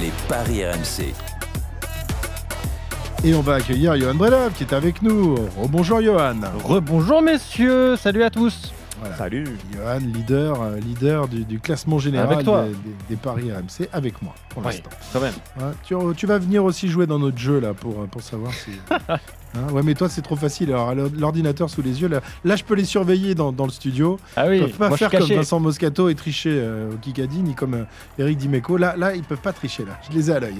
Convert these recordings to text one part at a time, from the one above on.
Les Paris RMC. Et on va accueillir Johan Bredov qui est avec nous. Rebonjour Johan. Rebonjour messieurs, salut à tous. Voilà. Salut. Johan, leader, euh, leader du, du classement général Avec toi. Des, des- des paris RMC, avec moi pour Oui, l'instant. quand même. Ouais, tu, euh, tu vas venir aussi jouer dans notre jeu là pour, euh, pour savoir si. Hein, ouais, mais toi c'est trop facile. Alors l'or- l'ordinateur sous les yeux, là, là, je peux les surveiller dans, dans le studio. Ah Ils oui, peuvent pas moi je suis faire comme caché. Vincent Moscato et tricher euh, au Kikadi, ni comme euh, Eric Dimeco. Là, là, ils peuvent pas tricher, là. Je les ai à l'œil.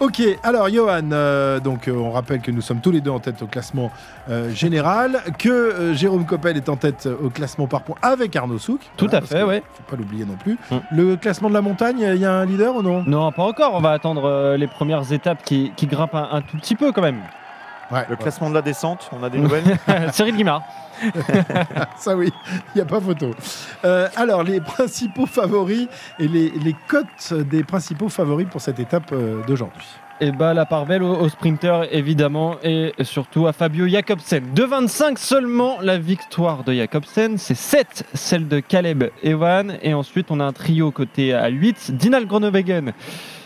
Ok, alors, Johan, euh, donc, euh, on rappelle que nous sommes tous les deux en tête au classement euh, général, que euh, Jérôme Coppel est en tête euh, au classement par points avec Arnaud Souk. Tout à parce fait, que ouais. Faut pas l'oublier non plus. Mm. Le classement de la montagne, il y a un leader ou non Non, pas encore, on va attendre euh, les premières étapes qui, qui grimpent un, un tout petit peu quand même. Ouais, Le ouais. classement de la descente, on a des nouvelles. Cyril Guimard. Ça oui, il n'y a pas photo. Euh, alors, les principaux favoris et les, les cotes des principaux favoris pour cette étape euh, d'aujourd'hui. Et bah la part belle au, au sprinter évidemment et surtout à Fabio Jacobsen. De 25 seulement la victoire de Jacobsen, c'est 7 celle de Caleb Ewan et ensuite on a un trio côté à 8, Dinal Groenewegen,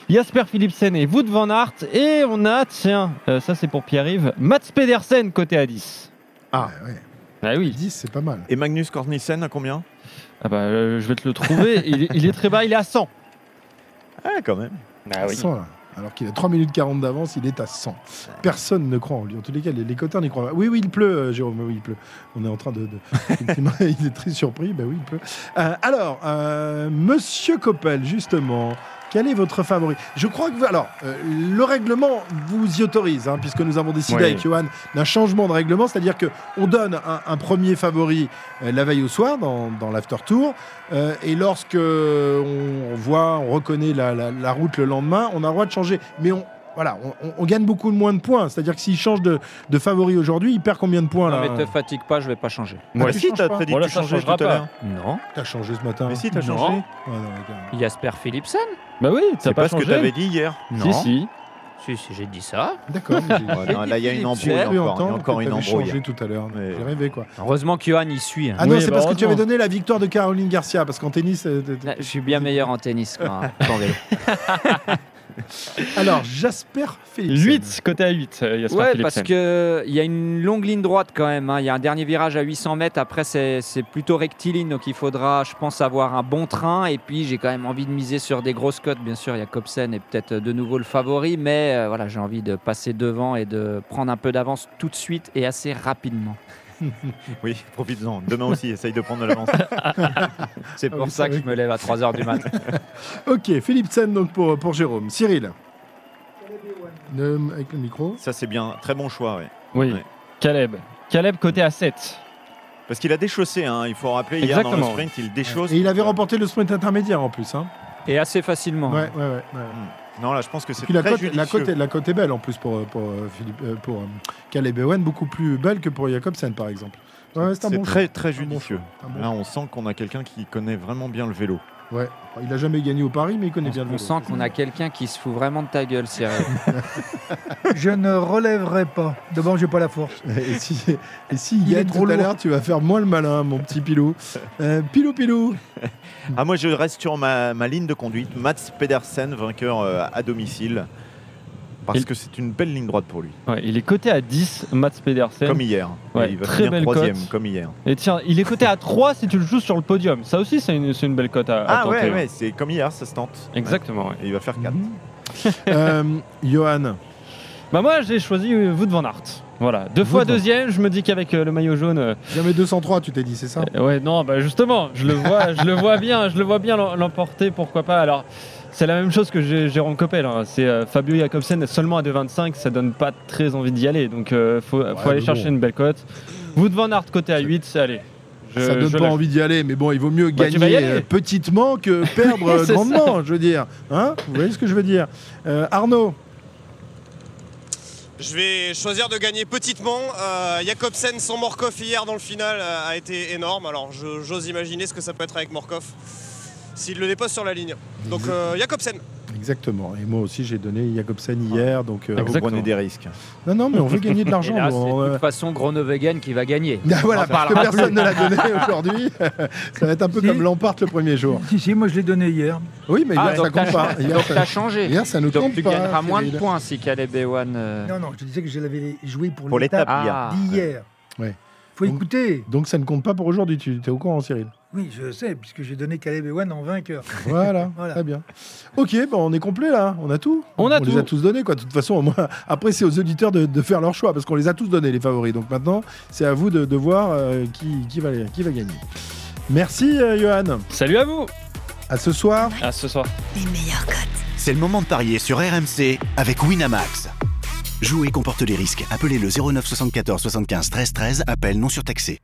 Jasper Philipsen et Wout van Aert et on a tiens, euh, ça c'est pour Pierre-Yves, Mats Pedersen côté à 10. Ah, ouais. Ah oui, 10, c'est pas mal. Et Magnus Cornissen à combien ah bah, euh, je vais te le trouver, il, est- il est très bas, il est à 100. Ah, quand même. Ah 100, là. Alors qu'il a 3 minutes 40 d'avance, il est à 100. Personne ne croit en lui. En tous les cas, les, les cotins n'y croient pas. Oui, oui, il pleut, euh, Jérôme. Oui, il pleut. On est en train de. de- effectivement, il est très surpris. Ben oui, il pleut. Euh, alors, euh, monsieur Coppel, justement. Quel est votre favori Je crois que vous- alors euh, le règlement vous y autorise, hein, puisque nous avons décidé Oui. avec Johan d'un changement de règlement, c'est-à-dire que on donne un, un premier favori euh, la veille au soir dans, dans l'after tour, euh, et lorsque on, on voit, on reconnaît la, la- la route le lendemain, on a le droit de changer. Mais on, voilà, on, on- on gagne beaucoup moins de points. C'est-à-dire que s'il change de, de favori aujourd'hui, il perd combien de points Non, là mais te fatigue pas, je vais pas changer. Moi Ah, si, aussi, t'as change t'as dit pas. que Voilà, tu ça changeais tout changera à pas. l'heure. Non. T'as changé ce matin. Mais si, t'as Non. changé. Ouais, non, les gars. Jasper Philipsen Bah oui, t'as C'est pas pas ce que changé. t'avais dit hier. Si si. Si, si, j'ai dit ça. D'accord. mais j'ai- Ouais, non, là, il y a une j'ai embrouille cru entendre que t'avais changé tout à l'heure. Mais- J'ai rêvé quoi. Heureusement qu'Johan y suit. hein. Ah non, Oui, c'est bah, parce que tu avais heureusement. donné la victoire de Caroline Garcia, parce qu'en tennis. euh, t'es- t'es- Là, Je suis bien meilleur en tennis qu'en qu'en vélo. Alors, Jasper Philipsen. 8 côté à 8, euh, Jasper Ouais, Philipsen. parce que il y a une longue ligne droite quand même. hein. Il y a un dernier virage à 800 mètres. Après, c'est c'est plutôt rectiligne, donc il faudra, je pense, avoir un bon train. Et puis, j'ai quand même envie de miser sur des grosses cotes. Bien sûr, Jacobsen est peut-être de nouveau le favori, mais euh, voilà, j'ai envie de passer devant et de prendre un peu d'avance tout de suite et assez rapidement. Oui, profites-en. Demain aussi, essaye de prendre de l'avance. C'est Ah pour oui, ça que oui. je me lève à 3h du matin. Ok, Philipsen donc pour, pour Jérôme. Cyril. Le- avec le micro. Ça, c'est bien. Très bon choix, oui. Oui, Ouais. Caleb. Caleb côté à 7. Parce qu'il a déchaussé, hein. il faut rappeler, hier dans le Exactement, sprint, il déchausse. Et il avait remporté le sprint intermédiaire en plus. Hein. Et assez facilement. Ouais, ouais, ouais. ouais. Non, là, je pense que c'est Puis la très cote, judicieux. la, cote est, la cote est belle en plus pour, euh, pour, euh, Philippe, euh, pour euh, Caleb Ewan, beaucoup plus belle que pour Jacobsen par exemple. Ouais, c'est un c'est bon très, très C'est un bon judicieux. choix. Un bon Là, on sent qu'on a quelqu'un qui connaît vraiment bien le vélo. choix. Ouais. Il a jamais gagné au Paris, mais il connaît On, bien le on vélo. sent qu'on a quelqu'un qui se fout vraiment de ta gueule, Cyril. Je ne relèverai pas. D'abord, j'ai pas la force. Et si, et s'il Il est gagne trop tout à lourd. l'heure, tu vas faire moins le malin, mon petit Pilou. Euh, pilou, Pilou. Ah, moi, je reste sur ma, ma ligne de conduite. Mats Pedersen, vainqueur euh, à domicile. Parce Il- que c'est une belle ligne droite pour lui. Ouais, il est coté à 10, Mats Pedersen. Comme hier. Ouais, Et il va très finir belle troisième, cote. comme hier. Et tiens, il est coté à 3 si tu le joues sur le podium. Ça aussi, c'est une, c'est une belle cote à, à Ah tenter, Mhm. ouais, hein. ouais, c'est comme hier, ça se tente. Exactement. ouais. Et il va faire 4. Euh, Johan. Bah moi, j'ai choisi euh, Wout van Aert. Voilà, deux fois Wout van- deuxième, je me dis qu'avec euh, le maillot jaune, euh, Jamais 203, tu t'es dit, c'est ça euh, ouais, non, bah justement, je le vois, je le vois bien, je le vois bien l'em- l'emporter, pourquoi pas. Alors, c'est la même chose que Jé- Jérôme Coppel, hein. c'est euh, Fabio Jacobsen seulement à 2,25, ça donne pas très envie d'y aller, donc euh, faut, faut Ouais, mais aller chercher bon. une belle cote. Wout van Aert côté à 8, allez, Je- Euh, ça donne je pas lâche. envie d'y aller, mais bon, il vaut mieux Bah, tu vas y gagner aller. euh, petitement que perdre euh, C'est grandement, je veux dire. Hein Vous voyez ce que je veux dire Euh, Arnaud, Je vais choisir de gagner petitement. Euh, Jacobsen sans Morkov hier dans le final euh, a été énorme. Alors je- j'ose imaginer ce que ça peut être avec Morkov s'il le dépose sur la ligne. Donc euh, Jacobsen. exactement. Et moi aussi, j'ai donné Jacobsen hier, donc. euh, Exact. Vous prenez des risques. Non, non, mais on veut gagner de l'argent. Ah. Et là, nous, on, c'est de euh, toute façon Gronovegen qui va gagner. Ah, voilà, On parce que parlera personne ne l'a donné aujourd'hui. ça va être un peu Si. comme Lampard le premier jour. Si, si, moi je l'ai donné hier. Oui, mais Ah, hier, ça donc compte pas. t'as Hier, donc ça, t'as changé. hier, ça ne Donc compte tu pas. gagneras moins de Cyril. points si Caleb Ewan. euh, Non, non, je disais que je l'avais joué pour, Pour l'étape hier. Ah, d'hier. Ouais. Faut Donc- écouter. Donc ça ne compte pas pour aujourd'hui, tu es au courant Cyril Oui, je sais, puisque j'ai donné Caleb Ewan en vainqueur. Voilà, Voilà. très bien. Ok, bon, on est complet là, hein. on a tout On a les tout. a tous donnés quoi. De toute façon, au moins, après c'est aux auditeurs de, de faire leur choix parce qu'on les a tous donnés les favoris. Donc maintenant, c'est à vous de, de voir euh, qui, qui, va, qui va gagner. Merci euh, Johan, Salut à vous. à ce soir. À ce soir. Les meilleurs cotes. C'est le moment de parier sur RMC avec Winamax. Jouer comporte les risques. Appelez le 09 74 75 13 13. Appel non surtaxé.